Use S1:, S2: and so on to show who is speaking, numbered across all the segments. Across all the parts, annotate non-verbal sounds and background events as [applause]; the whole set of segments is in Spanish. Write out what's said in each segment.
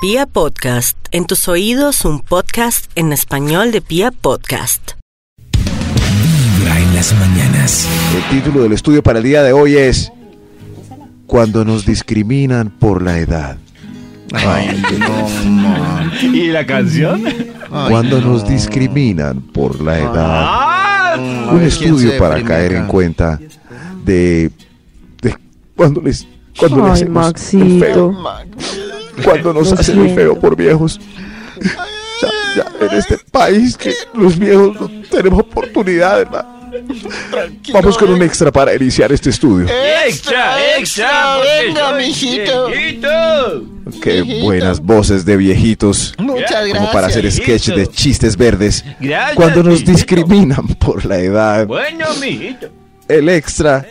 S1: Pia Podcast, en tus oídos un podcast en español de Pia Podcast.
S2: Vibra en las mañanas.
S3: El título del estudio para el día de hoy es Cuando nos discriminan por la edad.
S4: ¿Y la canción?
S3: Cuando nos discriminan por la edad.
S4: ¡Ah!
S3: Un estudio para caer en cuenta de, de cuando les cuando le
S5: Ay,
S3: hacemos el
S5: Maxito.
S3: feo. Cuando nos
S5: Lo
S3: hacen el
S5: siento.
S3: feo por viejos. Ya, ya en este país que los viejos no tenemos oportunidad, ¿verdad? Vamos con
S4: eh.
S3: un extra para iniciar este estudio.
S4: ¡Extra, extra! ¡Venga, mijito!
S3: Qué buenas voces de viejitos.
S6: Muchas gracias.
S3: Como para hacer sketch de chistes verdes.
S4: Gracias,
S3: Cuando nos
S4: mijito.
S3: discriminan por la edad,
S4: Bueno, mijito.
S3: el extra.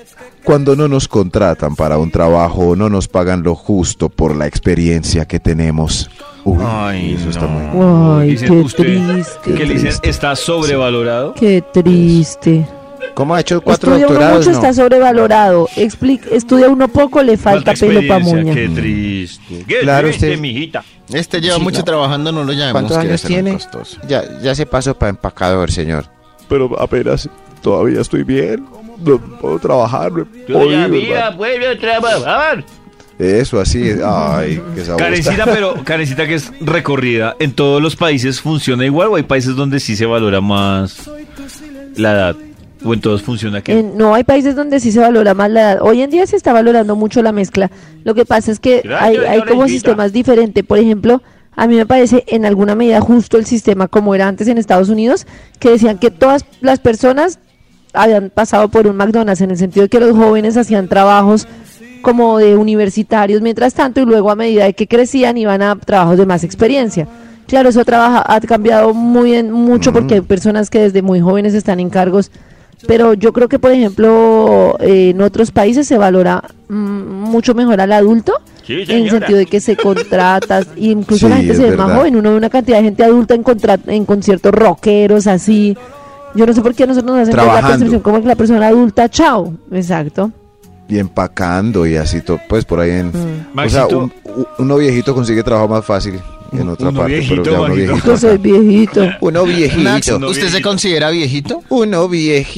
S3: Cuando no nos contratan para un trabajo, no nos pagan lo justo por la experiencia que tenemos. Uy,
S4: Ay,
S3: eso está
S4: no.
S3: muy
S5: Ay,
S4: Dice
S5: qué
S4: usted
S5: triste.
S4: ¿Qué le dicen? ¿Está sobrevalorado?
S5: Qué triste.
S3: ¿Cómo ha hecho
S5: Estudia uno mucho, está sobrevalorado. Expli- estudia uno poco, le falta pelo pa'
S4: experiencia,
S5: moña.
S4: Qué triste. Qué
S3: Claro,
S4: triste,
S3: usted-
S4: mijita.
S6: Este lleva
S3: Sí,
S6: mucho
S3: no.
S6: trabajando, no lo llamemos. que debe ser muy costoso.
S3: Ya, ya se pasó para empacador, señor.
S7: pero apenas todavía estoy bien. No puedo trabajar, no he podido, hermano.
S4: vuelve a trabajar.
S3: Eso así, es. ay, qué sabor
S4: Carecita,
S3: está.
S5: [laughs]
S4: pero carecita que es recorrida. ¿En todos los países funciona igual o hay países donde sí se valora más la edad? ¿O en todos funciona que
S5: En- no, hay países donde sí se valora más la edad. Hoy en día se está valorando mucho la mezcla. Lo que pasa es que
S4: Gracias,
S5: hay, hay
S4: señora
S5: como
S4: Elvita.
S5: sistemas diferentes. Por ejemplo, a mí me parece en alguna medida justo el sistema como era antes en Estados Unidos, que decían que todas las personas habían pasado por un McDonald's, en el sentido de que los jóvenes hacían trabajos como de universitarios mientras tanto y luego a medida de que crecían iban a trabajos de más experiencia. Claro, eso trabaja, ha cambiado muy en, mucho porque hay personas que desde muy jóvenes están en cargos, pero yo creo que por ejemplo eh, en otros países se valora mm, mucho mejor al adulto
S4: Sí,
S5: en el
S4: señora.
S5: sentido de que
S3: [laughs]
S5: se contratas y incluso la
S3: Sí,
S5: gente
S3: es
S5: se ve
S3: verdad.
S5: más joven, uno ve una cantidad de gente adulta en, contra- en conciertos rockeros así. Yo no sé por qué a nosotros nos hacen tener la
S3: Trabajando.
S5: percepción como que la persona adulta, chao. Exacto.
S3: Y empacando y así, to- pues por ahí
S6: Mm.
S3: en... O sea,
S4: Maxito.
S3: un- u- uno viejito consigue trabajo más fácil en otra
S4: Uno
S3: parte, pero
S4: viejito,
S3: ya uno
S4: Maxito.
S3: viejito.
S5: Yo soy viejito.
S3: [laughs] Uno
S6: Nacho,
S3: viejito.
S6: ¿usted se considera viejito?
S3: Uno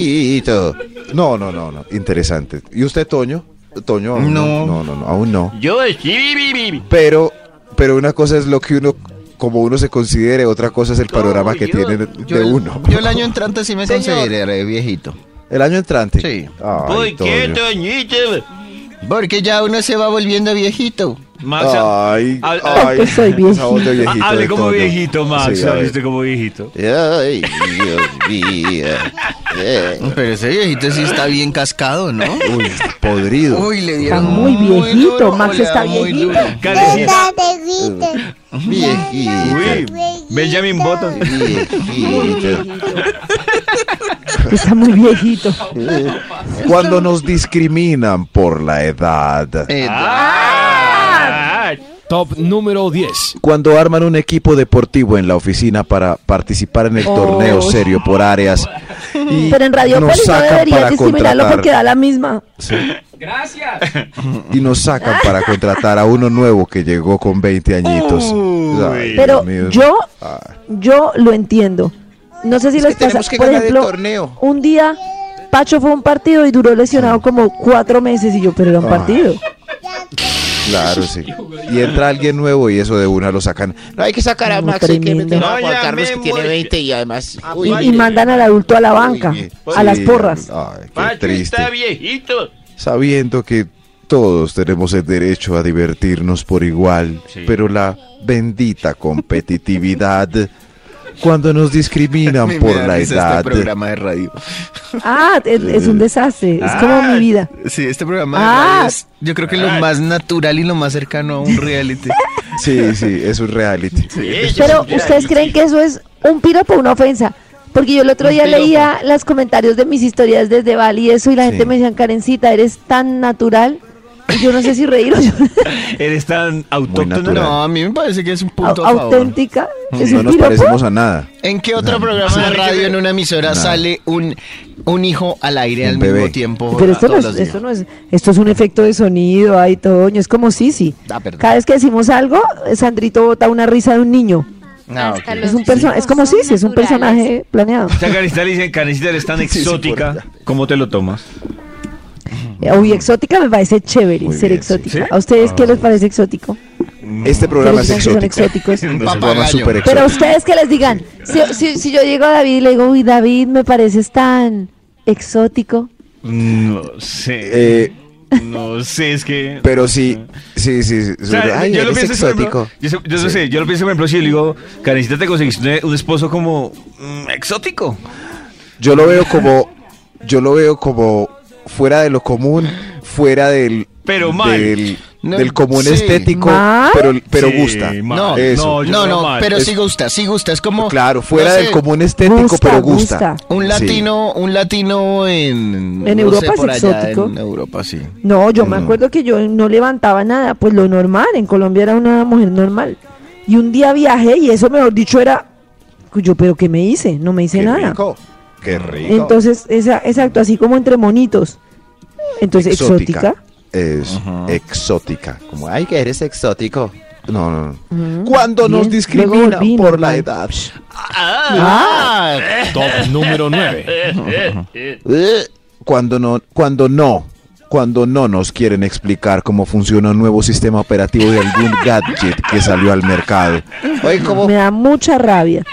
S3: viejito. No, no, no, no. Interesante. ¿Y usted, Toño? Toño, aún
S6: No.
S3: no. No, no, no, aún no.
S4: Yo sí, viví.
S3: Pero, pero una cosa es lo que uno, como uno se considere, otra cosa es el panorama que
S4: yo-
S3: tiene de
S6: Yo,
S3: de
S6: el-
S3: uno.
S6: yo el
S3: [laughs]
S6: año entrante sí me
S4: Señor.
S6: consideraré viejito.
S3: El año entrante.
S6: Sí.
S3: Ay, Toño.
S4: Toñito?
S6: Porque ya uno se va volviendo viejito.
S4: Max,
S3: Ay,
S4: hable-
S3: ay,
S5: Porque soy
S3: por
S5: viejito.
S3: favor, de viejito,
S4: Ah, hable
S3: de
S4: como
S3: Toño.
S4: viejito, Max.
S3: Sí, a
S4: hable
S3: ver.
S4: usted como viejito.
S3: Ay, Dios mío. Eh,
S6: Pero ese viejito sí está bien cascado, ¿no?
S3: Uy, podrido.
S6: Uy, le
S5: Está
S6: dieron
S5: muy viejito,
S6: duro,
S5: Max
S6: le
S5: está
S6: da muy
S5: viejito.
S6: duro.
S4: Carecita.
S5: Eh,
S4: Uy,
S3: Viejito.
S4: Benjamin Button.
S3: viejito.
S5: Está muy viejito.
S3: Cuando nos discriminan por la edad.
S6: Eh,
S4: Ah,
S2: Top número 10.
S3: Cuando arman un equipo deportivo en la oficina para participar en el
S5: Oh.
S3: torneo serio por áreas. y
S5: Pero en Radio
S3: nos
S5: Polis no
S3: sacan
S5: debería
S3: para
S5: discriminarlo
S3: contratar-
S5: porque da la misma.
S3: Y nos sacan para contratar a uno nuevo que llegó con 20 añitos. Ay,
S5: Pero
S3: Dios mío. Ah.
S5: yo,
S3: Ay.
S5: yo lo entiendo. No sé si les pasa. Por ejemplo, un día Pacho fue a un partido y duró lesionado como cuatro meses y yo, pero era un
S3: Ay.
S5: partido.
S3: Claro,
S4: [laughs]
S3: sí. Y entra alguien nuevo y eso de una lo sacan. No hay que sacar a
S5: No,
S3: Max, hay que
S5: tremendo.
S3: meter a Juan
S4: No,
S3: Carlos que tiene
S4: llamémosle.
S3: 20 y además.
S8: Ah, pues,
S5: Y, y mandan al adulto a la banca,
S3: Uy,
S5: a las
S3: sí,
S5: porras.
S3: Ay, qué
S4: Pacho está
S3: triste.
S4: viejito.
S3: Sabiendo que todos tenemos el derecho a divertirnos por igual,
S4: Sí.
S3: pero la bendita competitividad cuando
S6: [laughs]
S3: nos discriminan
S6: me
S3: por
S6: da
S3: la
S6: risa
S3: edad.
S6: Este programa de radio.
S5: Ah, es, es un desastre. Es como mi vida.
S6: Sí, este programa de
S5: Ah.
S6: radio es, yo creo que lo
S3: Ah.
S6: más natural y lo más cercano
S5: [laughs]
S6: a un reality.
S3: Sí, sí, es un reality.
S5: Pero ustedes creen que eso es un piropo, una ofensa. Porque yo el otro
S6: Un
S5: día
S6: piropo.
S5: leía los comentarios de mis historias desde Bali y eso, y la
S3: Sí.
S5: gente me decía, Karencita, eres tan natural. Y yo no sé si
S6: [laughs]
S5: reír o llorar.
S4: Eres tan autóctono.
S3: natural.
S6: No, a mí me parece que es un punto a favor. Mm,
S5: auténtica. ¿Es
S3: No
S5: un
S3: nos
S5: piropo?
S3: parecemos a nada.
S6: ¿En qué otro programa de radio en una emisora
S3: Nada.
S6: sale un, un hijo al aire al
S3: Un
S6: mismo
S3: bebé.
S6: tiempo. Ah,
S5: Pero esto no,
S6: todos
S5: es,
S6: los días.
S5: esto no es, esto es un efecto de sonido, ay, Toño, es como Sisi.
S6: Ah, perdón.
S5: Cada vez que decimos algo, Sandrito bota una risa de un niño.
S6: Ah, ok.
S8: Hasta
S5: Es un
S8: Los
S5: perso-
S8: chicos
S5: es como
S8: son
S5: Sisi, es un
S8: naturales.
S5: personaje
S3: [laughs]
S5: planeado.
S4: Esta Karencita le dicen, Karencita eres tan exótica. ¿Cómo te lo tomas?
S5: Eh, Uy, exótica me parece chévere
S3: Muy
S5: ser
S3: bien, sí.
S5: exótica. ¿A ustedes qué les parece exótico?
S3: Este programa es
S5: Ustedes digan que son
S3: exótico. [laughs]
S5: exóticos.
S3: Este
S6: Papagayo.
S3: programa es súper
S5: Pero a
S3: exótico.
S5: ustedes que les digan, si, si- si yo llego a David y le digo, uy, David, me pareces tan exótico.
S4: No sé.
S3: Eh,
S4: no sé, es que.
S3: pero sí, sí, sí. sí.
S4: O sea,
S3: Ay,
S4: yo lo
S3: eres
S4: pienso, por ejemplo,
S3: exótico.
S4: yo sé- yo no
S3: Sí.
S4: sé, yo lo pienso, por ejemplo, si le digo, Karencita, te conseguiste un esposo como mm, exótico.
S3: Yo lo veo como, yo lo veo como fuera de lo común, fuera del,
S4: Pero mal.
S3: del,
S6: No,
S3: del común
S6: sí.
S3: estético,
S5: ¿Mal?
S3: pero, pero
S4: Sí,
S3: gusta.
S4: mal.
S6: No,
S3: Eso.
S4: yo
S6: No,
S4: era
S6: no,
S4: mal.
S6: pero
S3: Es-
S6: sí gusta, sí gusta. Es como.
S3: Claro, fuera
S6: no sé,
S3: del común estético,
S5: Gusta,
S3: pero gusta.
S5: gusta.
S6: Un
S3: Sí.
S6: latino, un latino en.
S5: En
S6: no sé,
S5: Europa es
S6: por allá,
S5: exótico.
S6: En Europa, sí.
S5: No, yo me acuerdo que yo no levantaba nada, pues lo normal, en Colombia era una mujer normal. Y un día viajé y eso, mejor dicho, era, yo, pero ¿qué me hice? No me hice
S3: Qué
S5: nada.
S3: rico, qué rico.
S5: Entonces, esa, exacto, así como entre monitos. Entonces, exótica.
S3: Es
S4: Ajá.
S3: exótica. Como, ay, que eres exótico. No, no, no.
S5: Mm,
S3: Cuando nos
S5: bien.
S3: discriminan
S5: Luego volví,
S3: por la
S5: normal.
S3: edad.
S6: Ah,
S2: Top número 9.
S3: Eh, Cuando no, cuando no, cuando no nos quieren explicar cómo funciona un nuevo sistema operativo de algún gadget que salió al mercado. Oye, ¿cómo?
S5: Me da mucha rabia.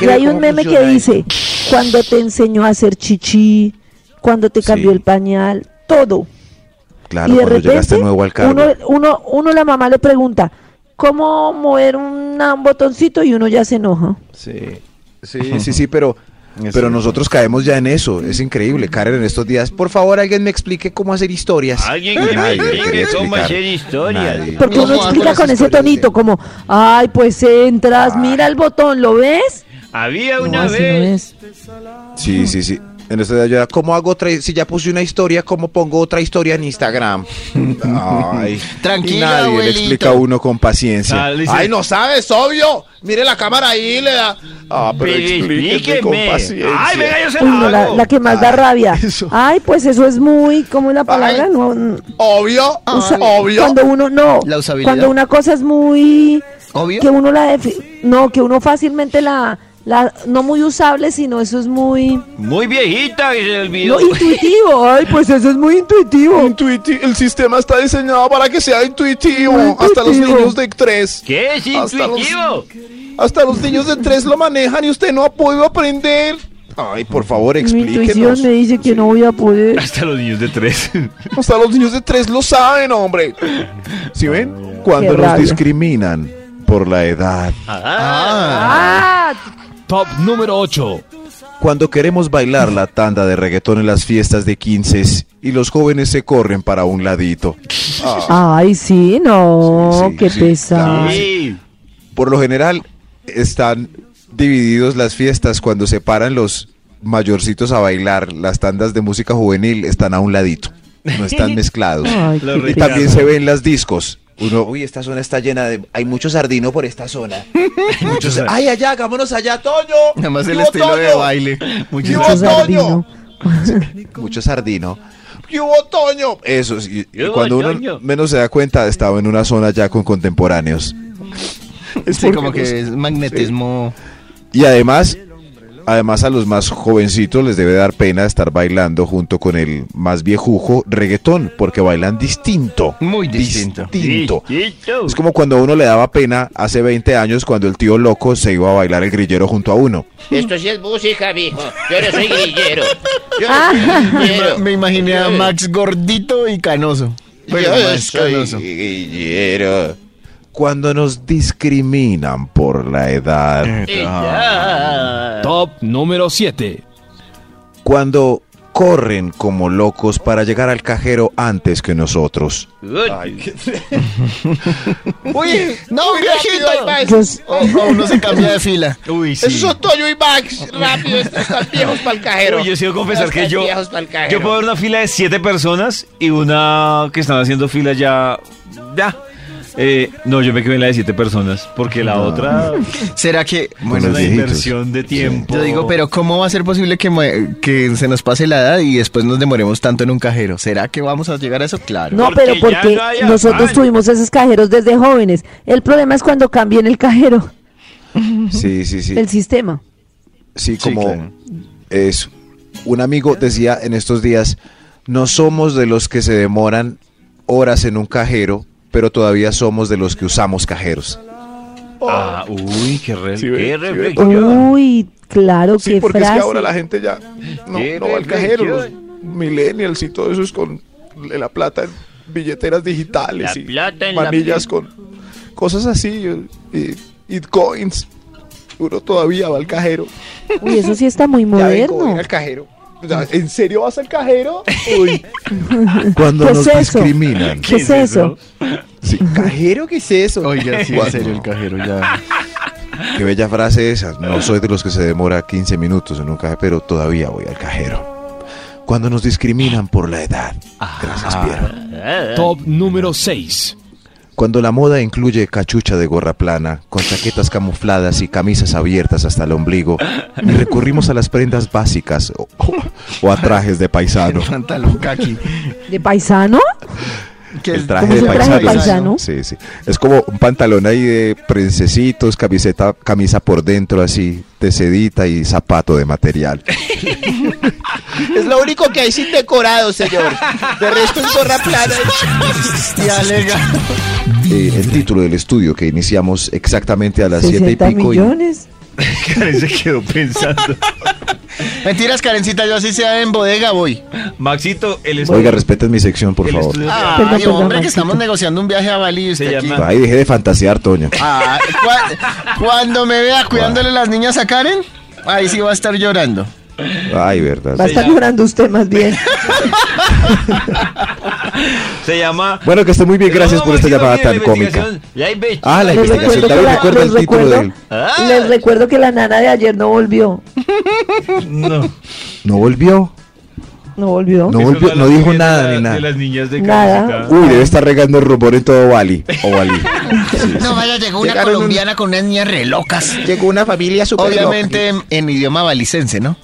S5: Y hay un meme que dice, cuando te enseñó a hacer chichi, cuando te cambió
S3: Sí.
S5: el pañal, todo.
S3: Claro,
S5: y de
S3: cuando llegaste
S5: repente,
S3: nuevo al cargo.
S5: uno, uno, uno, la mamá le pregunta, ¿cómo mover una- un botoncito? Y uno ya se enoja.
S3: Sí, sí, sí, sí, pero, pero nosotros caemos ya en eso. Es increíble, Karen, en estos días. Por favor, alguien me explique cómo hacer historias.
S4: Alguien que me
S3: Nadie quería
S4: explique cómo
S3: explicar.
S4: hacer historia.
S3: Nadie.
S5: Porque
S6: No,
S5: uno
S6: no,
S5: explica
S6: las
S5: con ese
S3: historias Ah. de-
S5: tonito, como, ay, pues entras, mira el botón, ¿lo ves?
S4: Había
S5: No,
S4: una
S5: así no
S4: vez.
S5: es.
S3: Sí, sí, sí. En estos días yo era, ¿cómo hago otra? Si ya puse una historia, ¿cómo pongo otra historia en [laughs] Instagram? Ay,
S6: Tranquilo,
S3: y Nadie le
S6: abuelito.
S3: explica a uno con paciencia.
S4: Ah, le dice-
S3: Ay, no sabes, obvio. Mire la cámara ahí, le da. Ah, pero
S4: Pero
S3: explíqueme con
S4: explíqueme.
S3: paciencia.
S4: Ay, venga, yo se
S5: Uy,
S4: la
S5: no, la,
S4: hago.
S5: la que más da
S3: Ah,
S5: rabia. Ay, pues eso es muy, ¿cómo es la palabra?
S3: Ay.
S5: No, no,
S3: Obvio,
S5: o sea,
S3: obvio.
S5: Cuando uno no,
S6: La usabilidad.
S5: cuando una cosa es muy
S6: obvio.
S5: que uno la defi- no, que uno fácilmente la, la no muy usable, sino eso es muy
S4: Muy viejita que se le
S5: no,
S4: olvidó.
S5: intuitivo. Ay, pues eso es muy intuitivo.
S3: Intuiti- el sistema está diseñado para que sea intuitivo.
S5: Muy
S3: Hasta los
S5: intuitivo.
S3: niños de tres.
S4: ¿Qué es
S3: Hasta los-
S4: intuitivo?
S3: Hasta los niños de tres lo manejan y usted no ha podido aprender. Ay, por favor,
S5: Mi intuición
S3: explíquenos.
S5: me dice que no voy a poder.
S4: Hasta los niños de [laughs] tres.
S3: [laughs] Hasta los niños de tres lo saben, hombre. ¿Sí ven? Cuando
S5: Qué
S3: nos
S5: rabia.
S3: discriminan por la edad.
S6: Ah,
S2: Top número 8.
S3: Cuando queremos bailar la tanda de reggaetón en las fiestas de 15 y los jóvenes se corren para un ladito.
S5: Ay, sí, no,
S3: Sí, sí,
S5: qué
S3: sí,
S5: pesado.
S3: claro.
S4: Sí.
S3: Por lo general están divididos las fiestas cuando se paran los mayorcitos a bailar. Las tandas de música juvenil están a un ladito. No están mezclados.
S5: Ay,
S4: Lo
S5: qué
S3: Y
S4: Ricardo.
S3: también se ven las discos. Uno, uy, esta zona está llena de... Hay mucho sardino por esta zona.
S4: pues,
S3: Muchos, ay, allá, hagámonos allá, Toño.
S6: nada más el
S3: ¡Vivo,
S6: estilo de
S3: Toño!
S6: baile.
S3: ¡Vivo,
S5: pesado,
S3: Toño!
S5: Sardino.
S3: Mucho sardino. ¡Y hubo Toño! Eso, sí, y
S4: ¿Qué hubo,
S3: cuando uno
S4: Toño?
S3: menos se da cuenta, estaba en una zona ya con contemporáneos. Es
S6: Sí,
S3: porque
S6: como que
S3: los-
S6: es magnetismo.
S3: Y además, además a los más jovencitos les debe dar pena estar bailando junto con el más viejujo reggaetón, porque bailan distinto.
S6: Muy distinto.
S3: Distinto.
S4: Distinto.
S3: Es como cuando a uno le daba pena hace 20 años cuando el tío loco se iba a bailar el grillero junto a uno.
S9: Esto sí es música, mijo. Yo no soy grillero.
S4: [laughs]
S9: Yo
S5: Ah.
S9: no soy
S6: Me, ima-
S9: grillero.
S6: me imaginé a
S9: Yo-
S6: Max gordito y canoso. Bueno,
S9: Yo
S6: más
S9: soy-
S6: canoso.
S3: Grillero. Cuando nos discriminan por la edad.
S2: Top número 7.
S3: Cuando corren como locos para llegar al cajero antes que nosotros.
S6: Oye, no, viejito.
S5: Yo s-
S6: O, o Oh, uno se cambia de fila.
S4: Uy, sí.
S9: Toño y Max. Rápido, estos están viejos para el cajero.
S4: Uy, yo sí debo confesar
S9: Están
S4: que yo.
S9: viejos pa'l cajero.
S4: Yo puedo ver una fila de siete personas y una que están haciendo fila ya. Ya. Eh, no, yo me quedé en la de siete personas, porque
S3: Ah,
S4: la otra
S6: ¿Será que...
S4: es
S3: Bueno,
S4: una
S3: viejitos.
S4: inversión de tiempo.
S6: Yo digo, pero ¿cómo va a ser posible que, mue- que se nos pase la edad y después nos demoremos tanto en un cajero? ¿Será que vamos a llegar a eso? Claro.
S5: No,
S4: Porque
S5: pero
S4: ya
S5: porque
S4: no hay
S5: nosotros
S4: afán.
S5: tuvimos esos cajeros desde jóvenes. El problema es cuando cambien el cajero,
S3: Sí, sí, sí.
S5: el sistema.
S3: Sí, como
S6: claro.
S3: eso. Un amigo decía en estos días, no somos de los que se demoran horas en un cajero, pero todavía somos de los que usamos cajeros.
S4: Ah, uy, qué re...
S7: Sí,
S4: qué
S7: ve, sí, ve.
S4: reflexión.
S5: Uy, claro,
S7: Sí,
S5: qué
S7: porque
S5: frase.
S7: es que ahora la gente ya no,
S4: Qué
S7: no va al
S4: reflexión.
S7: cajero, los millennials y todo eso es con la plata en billeteras digitales
S9: La
S7: y
S9: plata en la
S7: manillas con cosas así y, y coins. Uno todavía va al cajero.
S5: Uy, eso sí está muy
S7: Ya vengo,
S5: moderno.
S7: ven al cajero. O sea, ¿En serio vas al cajero?
S5: [laughs]
S7: Uy,
S3: Cuando
S5: ¿Qué
S3: nos
S5: es Pues eso?
S3: discriminan.
S5: ¿Qué es eso?
S7: sí, ¿cajero qué es eso?
S6: Oiga, sí, en serio, el cajero ya...
S3: [laughs] Qué bella frase esa. No soy de los que se demora 15 minutos en un cajero, pero todavía voy al cajero. Cuando nos discriminan por la edad. Gracias, Pierre.
S2: Top número 6.
S3: Cuando la moda incluye cachucha de gorra plana, con chaquetas camufladas y camisas abiertas hasta el ombligo, y recurrimos a las prendas básicas o, o a trajes de paisano.
S6: Pantalón caqui.
S5: ¿De paisano?
S6: Que
S3: El
S6: es-
S3: traje
S6: ¿cómo
S3: de
S6: se llama?
S3: paisano.
S5: paisano?
S3: Sí, sí. Es como un pantalón ahí de princesitos, camiseta, camisa por dentro así, de sedita y zapato de material.
S6: Es lo único que hay sin decorado, señor. De resto es gorra [laughs] plana y alega.
S3: Eh, el título del estudio que iniciamos exactamente a las siete y
S5: 60
S3: pico. y-
S5: millones.
S4: [laughs] Karen se
S3: [laughs]
S4: quedó pensando.
S6: Mentiras, Karencita, yo así sea en bodega voy.
S4: Maxito, el estudio.
S3: Oiga, respeten mi sección, por
S4: el
S3: favor.
S4: estudio-
S6: Ay,
S5: Perdón, perdón,
S6: hombre, que
S5: Maxito.
S6: estamos negociando un viaje a Bali y usted
S4: Se
S6: aquí.
S4: llama-
S3: Ay, deje de fantasear, Toño.
S6: Ah, cua- cuando me vea cuidándole las niñas a Karen, ahí sí va a estar llorando.
S3: Ay,
S5: Va a
S3: verdad.
S5: estar llorando usted más [laughs] bien.
S4: Se llama.
S3: Bueno, que esté muy bien. Gracias
S4: No,
S3: por esta
S4: Maxito,
S3: llamada
S4: mire,
S3: tan
S4: la
S3: cómica.
S4: investigación. La investigación.
S3: Ah, la
S5: Les
S3: investigación.
S5: recuerdo, que
S3: David,
S5: la,
S3: recuerda el
S5: les
S3: título
S5: recuerdo-
S3: de él.
S4: Ah.
S5: les recuerdo que la nana de ayer no volvió.
S4: No.
S3: No volvió.
S5: No volvió.
S3: No
S4: Eso
S3: volvió,
S4: es
S3: no
S4: la
S3: dijo
S4: de
S3: nada
S4: la-
S3: ni nada.
S4: De las niñas de
S5: Nada.
S4: Karencita.
S3: Uy, debe estar regando el rumor en todo Bali. O Bali.
S6: No, vaya, llegó una colombiana con unas niñas re locas.
S7: Llegó una familia super
S6: Obviamente en, en idioma balicense, ¿no?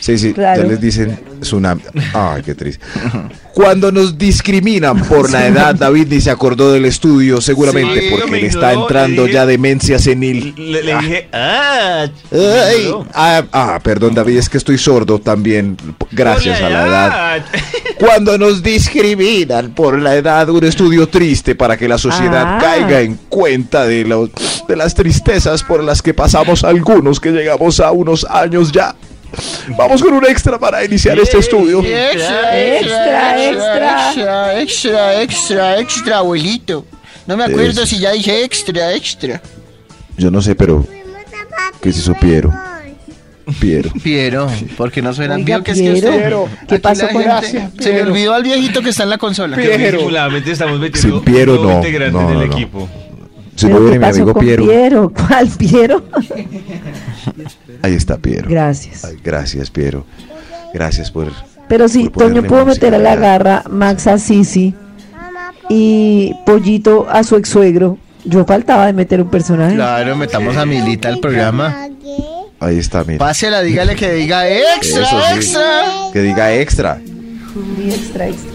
S3: Sí, sí,
S5: Claro.
S3: ya les dicen tsunami. Ay, qué triste. [laughs] Cuando nos discriminan por la edad, David ni se acordó del estudio, seguramente
S4: Sí,
S3: porque
S4: me
S3: le está
S4: ignoró,
S3: entrando
S4: le dije-
S3: ya demencia senil.
S4: Le, le dije. Ah.
S3: Ay, ah, ah, perdón, David, es que estoy sordo también, p- gracias a la edad. [laughs] Cuando nos discriminan por la edad, un estudio triste para que la sociedad
S5: Ah.
S3: caiga en cuenta de, los- de las tristezas por las que pasamos algunos que llegamos a unos años ya. Vamos con un extra para iniciar este estudio.
S6: Extra,
S5: extra, extra,
S6: extra, extra, extra, extra, abuelito. No me
S3: acuerdo Eso.
S6: si ya dije extra, extra.
S3: Yo no sé, pero que si supiero,
S5: [laughs]
S3: Piero.
S6: Piero, porque no suena
S5: Oiga,
S6: Vio que es que
S5: Piero,
S6: usted-
S5: ¿qué
S6: aquí la
S5: pasó con-
S6: gente-
S7: Gracias,
S6: Se me
S7: Piero.
S6: olvidó al viejito que está en la consola.
S7: Piero.
S4: Solamente estamos metiendo
S3: Sin Piero,
S4: un nuevo
S3: no.
S4: integrante
S3: No,
S4: del
S3: no, no.
S4: equipo.
S3: Si
S5: ¿Pero
S3: no
S5: qué
S3: viene mi
S5: pasó
S3: amigo
S5: con
S3: Piero,
S5: Piero? [laughs] ¿Cuál Piero?
S3: ahí está Piero.
S5: Gracias.
S3: Ay, gracias, Piero. Gracias por.
S5: Pero sí,
S3: por ponerle
S5: Toño pudo
S3: música
S5: meter a la
S3: de verdad.
S5: garra Max a Sisi y Pollito a su ex suegro. Yo faltaba de meter un personaje.
S6: Claro, metamos a Milita al programa.
S3: Ahí está, mira.
S6: Pásela, dígale que diga extra,
S3: Eso sí.
S6: extra.
S3: Que diga extra.
S5: Muy extra, extra.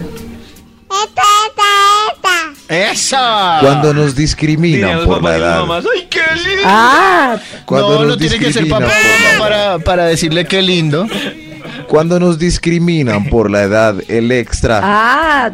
S6: ¡Esa!
S3: Cuando nos
S4: Dirían
S3: discriminan
S4: los
S3: por
S4: papás
S3: la
S4: y las
S3: edad.
S4: mamás, ¡Ay, qué lindo!
S5: Ah,
S3: Cuando
S6: no,
S3: nos
S6: no tiene que ser
S3: discriminan
S6: papá
S3: por la edad.
S6: para, para decirle qué lindo.
S3: Cuando nos discriminan por la edad, el extra.
S5: ah,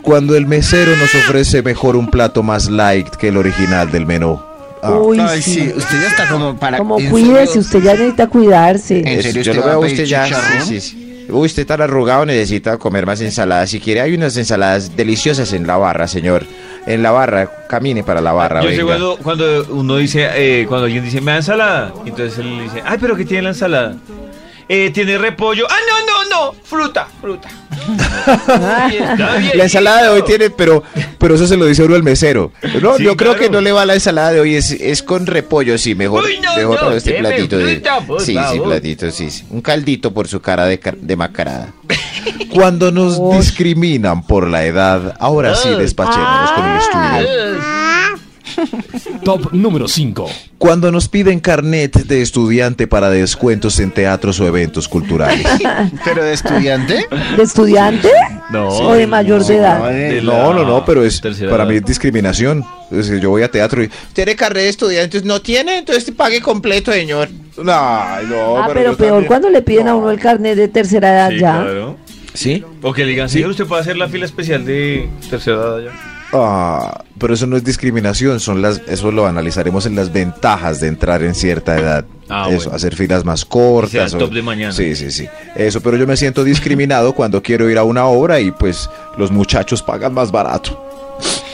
S3: Cuando el mesero nos ofrece mejor un plato más light que el original del menú. Ah,
S5: uy,
S6: Ay, sí,
S5: sí.
S6: usted ya está como para.
S5: Como
S6: ¿en
S5: cuídese,
S6: serio?
S5: usted ya necesita cuidarse.
S6: ¿En
S8: Es-
S6: serio
S8: yo
S6: usted
S8: lo
S6: va a
S8: veo a
S6: pedir
S8: usted ya. Sí,
S6: chicharrón?
S8: sí, sí. Uy, usted tan arrugado necesita comer más ensaladas. Si quiere, hay unas ensaladas deliciosas en la barra, señor. En la barra, camine para la
S3: Ah,
S8: barra.
S4: Yo sé
S8: venga.
S4: cuando, cuando uno dice, eh, cuando alguien dice, me da ensalada, entonces él le dice, ay, pero ¿qué tiene la ensalada? Eh, tiene repollo. Ah, no, no, no, fruta,
S3: [laughs]
S4: fruta. Está bien.
S8: La ensalada de hoy tiene, pero, pero eso se lo dice uno al mesero. No,
S4: Sí,
S8: yo creo
S4: claro.
S8: que no le va la ensalada de hoy, es, es con repollo, sí, mejor,
S4: Uy, no,
S8: mejor
S4: no,
S8: este
S4: deme
S8: platito. de-
S4: fruta, por
S8: sí, sí,
S4: favor.
S8: platito, sí, sí. Un caldito por su cara de, car- de macarada.
S3: Cuando nos discriminan por la edad, ahora sí despachémonos con el estudio.
S2: Top número 5.
S3: Cuando nos piden carnet de estudiante para descuentos en teatros o eventos
S4: [laughs]
S3: culturales.
S6: ¿Pero de estudiante?
S3: Eh.
S5: ¿De estudiante?
S4: No.
S5: ¿O de mayor de edad?
S4: de
S3: No,
S4: la
S3: no, no, pero es
S4: tercera
S3: para
S4: edad.
S3: mí es discriminación. Es decir, yo voy a teatro y.
S6: ¿Tiene carrera de estudiantes? ¿No tiene? Entonces pague completo, señor.
S3: Ay, no,
S5: ah,
S3: yo
S5: pero peor
S3: también.
S5: cuando le piden a uno el carnet de tercera edad
S4: Sí,
S5: ya.
S4: claro.
S3: Sí.
S4: O que le digan, señor, usted puede hacer la fila especial de tercera edad ya.
S3: Ah, pero eso no es discriminación, son las, eso lo analizaremos en las ventajas de entrar en cierta edad.
S4: Ah,
S3: eso,
S4: bueno.
S3: hacer filas más
S4: Que sea
S3: cortas.
S4: el top de mañana.
S3: Sí, sí, sí. Eso, pero yo me siento discriminado [laughs] cuando quiero ir a una obra y pues los muchachos pagan más barato.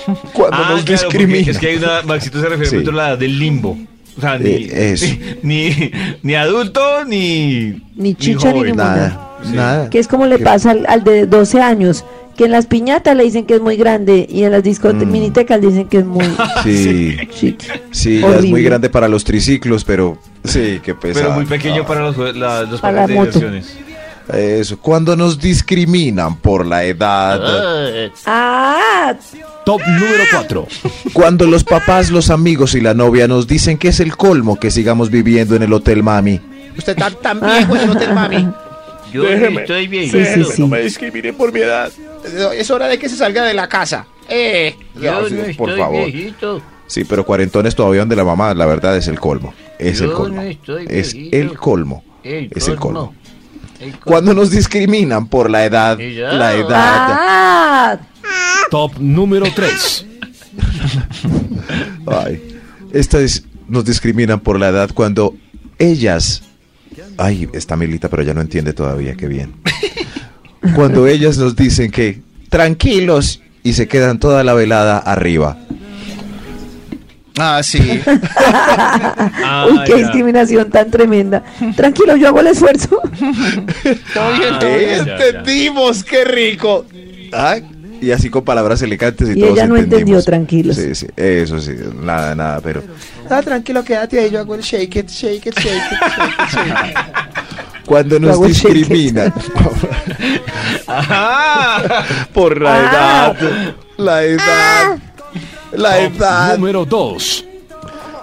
S3: [laughs] Cuando nos
S4: Ah, claro, porque
S3: discriminan.
S4: Es que hay una, Maxito se refiere
S3: Sí.
S4: mucho a la edad del limbo. O sea, ni,
S3: Eh, eso.
S4: [laughs] ni, ni adulto, ni...
S5: Ni chicha ni
S4: joven.
S5: ninguna.
S3: Nada,
S4: Sí.
S3: nada.
S5: Que es como le
S3: Qué-
S5: pasa al, al de 12 años, que en las piñatas le dicen que es muy grande y en las discotecas, minitecas le dicen que es muy
S3: Mm. [laughs] Sí,
S5: chiqui.
S3: sí, ya es
S5: Horrible.
S3: muy grande para los triciclos, pero sí, qué pesado.
S4: Pero muy pequeño para los, jue- la- los
S5: Para la
S4: juegos de
S5: moto.
S4: diversiones.
S3: Ah, Eso, cuando nos discriminan por la edad.
S9: Ah.
S5: Ah,
S2: Top número 4.
S3: Cuando los papás, los amigos y la novia nos dicen que es el colmo que sigamos viviendo en el hotel mami.
S6: Usted está tan viejo en el hotel, mami.
S9: Yo estoy bien.
S5: sí, sí, sí.
S7: discrimine por mi edad.
S6: Es hora de que se salga de la casa. Eh.
S9: Yo no
S3: Dios,
S9: estoy
S3: por favor.
S9: viejito.
S3: Sí, pero cuarentones todavía donde la mamá, la verdad es el colmo. Es
S9: Yo
S3: el
S9: no
S3: colmo.
S9: estoy
S3: es
S9: viejito.
S3: el colmo.
S9: El
S3: es el colmo.
S9: colmo. El colmo.
S3: Cuando nos discriminan por la edad,
S9: Y ya.
S3: la edad.
S5: ah,
S2: Top número
S4: [laughs]
S2: 3.
S3: Ay, esta es, nos discriminan por la edad cuando ellas. Ay, está Milita, pero ya no entiende todavía, qué bien. Cuando ellas nos dicen que tranquilos y se quedan toda la velada arriba.
S6: Ah, sí.
S4: Ah,
S5: uy, qué
S4: ya.
S5: discriminación tan tremenda. Tranquilo, yo hago el esfuerzo.
S4: [laughs]
S6: Todo bien, todo
S4: Ah,
S6: bien.
S4: ya, ya. [laughs]
S6: Entendimos, qué rico.
S3: Ay, y así con palabras elegantes y,
S5: Y
S3: todos
S5: ella no entendió,
S3: entendimos.
S5: tranquilos.
S3: Sí, sí, eso sí, nada, nada, pero.
S6: Ah, tranquilo, quédate ahí. Yo hago el shake it, shake it, shake it. shake it, shake it.
S3: Cuando nos
S5: hago cheques. [laughs]
S3: discriminan
S4: Ah,
S3: por la
S5: Ah.
S3: edad, la edad,
S4: Oh,
S3: la edad.
S2: Top número 2.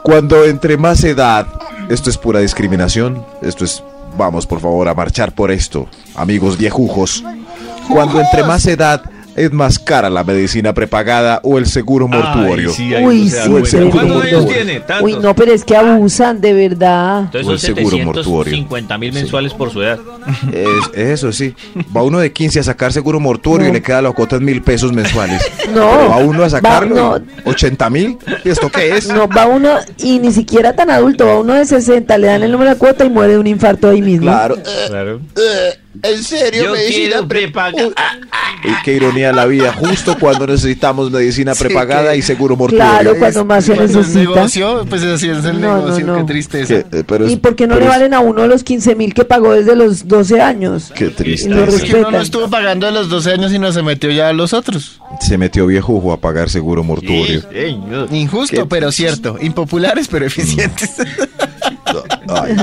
S3: Cuando entre más edad, esto es pura discriminación, esto es, vamos por favor a marchar por esto, amigos viejujos. Cuando entre más edad es más cara la medicina prepagada o el seguro mortuario.
S4: Ay, sí, ahí
S5: Uy,
S4: no se da
S5: sí,
S4: cuenta.
S5: tremendo.
S4: ¿Cuántos años tiene? Tantos.
S5: Uy, no, pero es que abusan, de verdad.
S3: O el
S9: Entonces son
S3: seguro mortuorio.
S9: 750 mil mensuales por su edad.
S3: Es- eso sí, va uno de 15 a sacar seguro mortuorio y le queda la cuota en mil pesos mensuales.
S5: No.
S3: Pero va uno a sacarlo,
S5: Va-
S3: y 80 mil, ¿y esto qué es?
S5: No, va uno, y ni siquiera tan adulto, va uno de 60, le dan el número de cuota y muere de un infarto ahí mismo.
S3: Claro,
S4: Claro.
S6: Eh, en serio,
S9: Yo
S6: medicina
S9: quiero
S6: pre-
S9: prepagar.
S6: Uy,
S3: y qué ironía la vida, justo cuando necesitamos
S5: [laughs]
S3: medicina
S6: Sí,
S3: prepagada
S6: que-
S3: y seguro mortuorio.
S5: Claro, cuando más se
S6: Cuando es
S5: necesita.
S6: pues, negocio, pues así es el
S5: No, no,
S6: negocio,
S5: no.
S6: qué tristeza.
S3: Que- eh, pero es-
S5: ¿Y por qué no
S3: pero
S5: le
S3: es-
S5: valen a uno los 15 mil que pagó desde los 12 años?
S3: Qué triste.
S5: Lo
S6: Es que uno no
S5: respetan.
S6: estuvo pagando a los 12 años y no se metió ya a los otros.
S3: Se metió viejujo a pagar seguro mortuorio.
S9: Señor.
S6: Injusto, pero cierto. Impopulares, pero eficientes.
S3: Mm. Ay.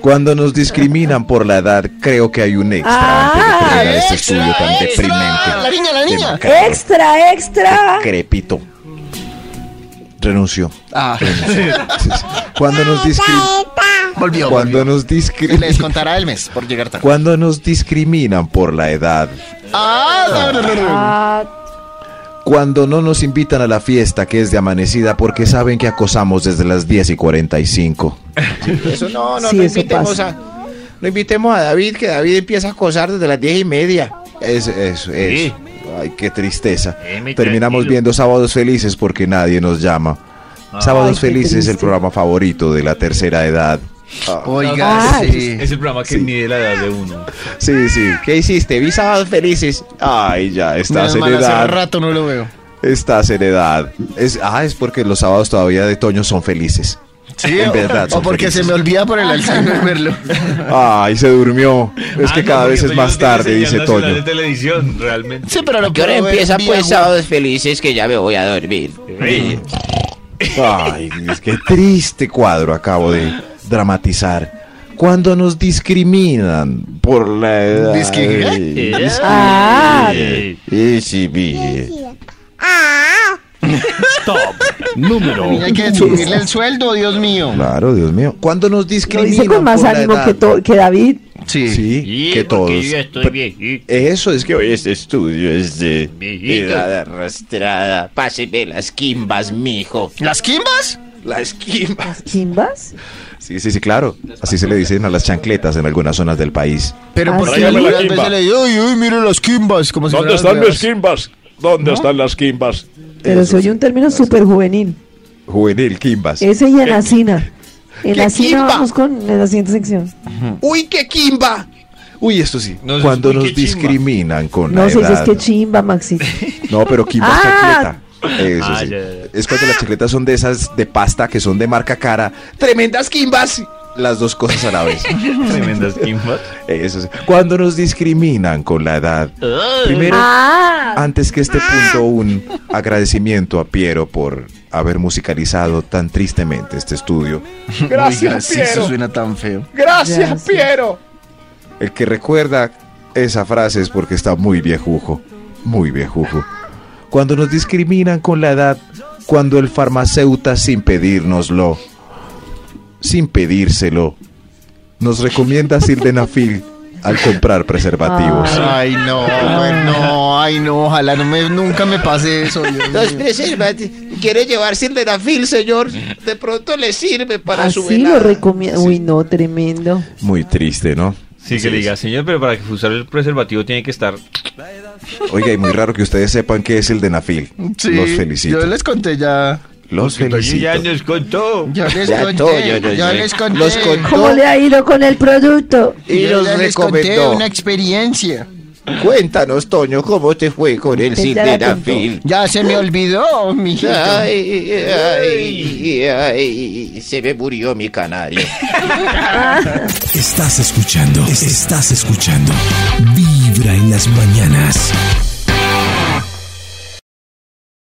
S3: Cuando nos discriminan por la edad, creo que hay un extra antes de
S5: Ah,
S3: terminar este estudio tan
S6: [laughs] La
S3: deprimente.
S6: niña, la niña.
S3: Demacra-
S5: ¡Extra, extra!
S3: Crepito. Renunció.
S6: Ah,
S3: Cuando nos discriminan.
S6: volvió.
S3: Cuando
S6: volvió.
S3: nos
S6: Y les
S3: discriminan.
S6: contará el mes por llegar tarde.
S3: Cuando nos discriminan por la edad.
S6: Ah, no, no, no, no.
S5: Ah,
S3: Cuando no nos invitan a la fiesta que es de amanecida porque saben que acosamos desde las 10 y 45.
S6: Eso no, no,
S5: Sí,
S6: no
S5: eso
S6: invitemos
S5: pasa.
S6: a. No invitemos a David, que David empieza a acosar desde las diez y media.
S3: Es, es, es.
S9: Sí.
S3: Ay, qué tristeza.
S9: Déjeme
S3: Terminamos
S9: tranquilo.
S3: viendo Sábados Felices porque nadie nos llama.
S9: Ah.
S3: Sábados
S5: Ay, qué
S3: Felices es el
S5: triste.
S3: programa favorito de la tercera edad.
S6: Oiga,
S5: Ah,
S6: sí.
S4: Es el programa que mide la edad de uno.
S3: Sí, sí.
S6: ¿Qué hiciste? Vi sábados felices.
S3: Ay, ya,
S6: Menos
S3: estás en
S6: mal, hace
S3: edad.
S6: rato no lo veo.
S3: Estás en edad. Es, ah, es porque los sábados todavía de Toño son felices.
S6: Sí,
S3: En
S6: o-
S3: verdad,
S6: O
S3: son
S6: porque se
S3: felices.
S6: me olvida por el
S5: [laughs]
S6: Alzheimer verlo.
S3: Ay, se durmió.
S4: Ah,
S9: Ah,
S3: Es que cada vez es más tarde, dice
S4: de
S3: Toño.
S4: televisión, realmente.
S6: Sí, pero lo
S9: ¿Qué hora
S6: puedo ver
S9: empieza
S6: vía
S9: pues
S6: web.
S9: sábados felices que ya me voy a dormir?
S3: Ay, es que triste cuadro acabo de dramatizar. Cuando nos discriminan por la edad.
S6: ¿Discriminan?
S5: ah,
S4: Eh,
S3: Sí, sí, sí.
S2: Top número
S6: Hay que subirle el sueldo, Dios mío.
S3: Claro, Dios mío. Cuando nos
S5: Lo
S3: discriminan
S5: dice con más
S3: por la
S5: ánimo
S3: edad?
S5: que, to- que David.
S6: Sí.
S3: Sí,
S9: Sí,
S3: que
S9: porque
S3: todos.
S9: Yo estoy
S3: Pero
S9: bien. sí.
S3: Eso es que hoy este estudio es de...
S9: Viejito.
S8: Edad arrastrada. Páseme las quimbas, mijo.
S6: ¿Las quimbas?
S3: Las quimbas.
S5: ¿Chimbas?
S3: Sí, sí, sí, claro. Así se le dicen a las chancletas en algunas zonas del país.
S6: Pero
S5: Ah,
S6: por
S5: sí.
S6: ahí
S5: Tráigame la
S6: algunas veces le digo, uy, uy, mire las quimbas. Como si
S10: ¿Dónde
S6: fueran
S10: están mis quimbas? ¿Dónde están las quimbas?
S5: Pero
S3: Eso
S5: soy un término súper juvenil.
S3: Juvenil, quimbas.
S5: Ese y enacina. Enacina
S6: chimba?
S5: vamos con en la siguiente sección.
S3: ¡Uy, qué quimba! Uy, esto sí.
S4: No, eso es
S3: Cuando
S4: uy, qué
S3: nos
S4: chimba.
S3: discriminan con
S5: No
S3: la
S5: sé si es
S3: edad.
S5: que
S3: [laughs]
S5: chimba, Maxi.
S3: No, pero quimba es
S5: Ah.
S3: chancleta. Eso
S4: Ah,
S3: sí.
S4: ya, ya, ya.
S3: Es cuando las chancletas son de esas de pasta que son de marca cara. ¡Tremendas quimbas! Las dos cosas a la
S5: [laughs]
S3: vez.
S4: [laughs] Tremendas quimbas.
S3: Eso sí. Cuando nos discriminan con la edad. Primero,
S5: Ah,
S3: antes que este punto, un agradecimiento a Piero por haber musicalizado tan tristemente este estudio.
S6: Gracias, Eso suena tan feo.
S5: gracias, Piero.
S3: El que recuerda esa frase es porque está muy viejujo, muy viejujo. Cuando nos discriminan con la edad, cuando el farmacéuta sin pedírnoslo, sin pedírselo, nos recomienda sildenafil al comprar preservativos.
S6: Ay, no, ay, no, ay, no, ojalá no me, nunca me pase eso. Dios
S8: Los
S9: Mm.
S6: mío.
S8: preservantes. ¿Quiere llevar sildenafil, señor? De pronto le sirve para
S9: Ah,
S8: su
S5: Así
S8: velada.
S5: lo recomiendo. Uy, no, tremendo.
S3: Muy triste, ¿no?
S4: Sí, que le diga, señor, pero para que usar el preservativo tiene que estar.
S3: Oiga, y muy raro que ustedes sepan qué es sildenafil.
S6: Sí,
S3: Los felicito.
S6: Yo les conté ya.
S3: Los felicito.
S4: Ya nos contó.
S6: Yo les
S8: Ya
S6: conté.
S8: todo, yo- yo-
S6: yo
S8: yo-
S6: les conté.
S8: los con-
S5: ¿Cómo
S8: No.
S5: le ha ido con el producto?
S8: Y
S6: yo
S8: los
S6: ya les conté
S8: recomendó.
S6: una experiencia.
S8: Cuéntanos, Toño, ¿cómo te fue con el
S5: Usted ya la contó.
S8: sildenafil?
S6: Ya se me olvidó, mijito.
S8: Ay, ay, ay, se me murió mi canario.
S11: Estás escuchando, estás escuchando. Vibra en las mañanas.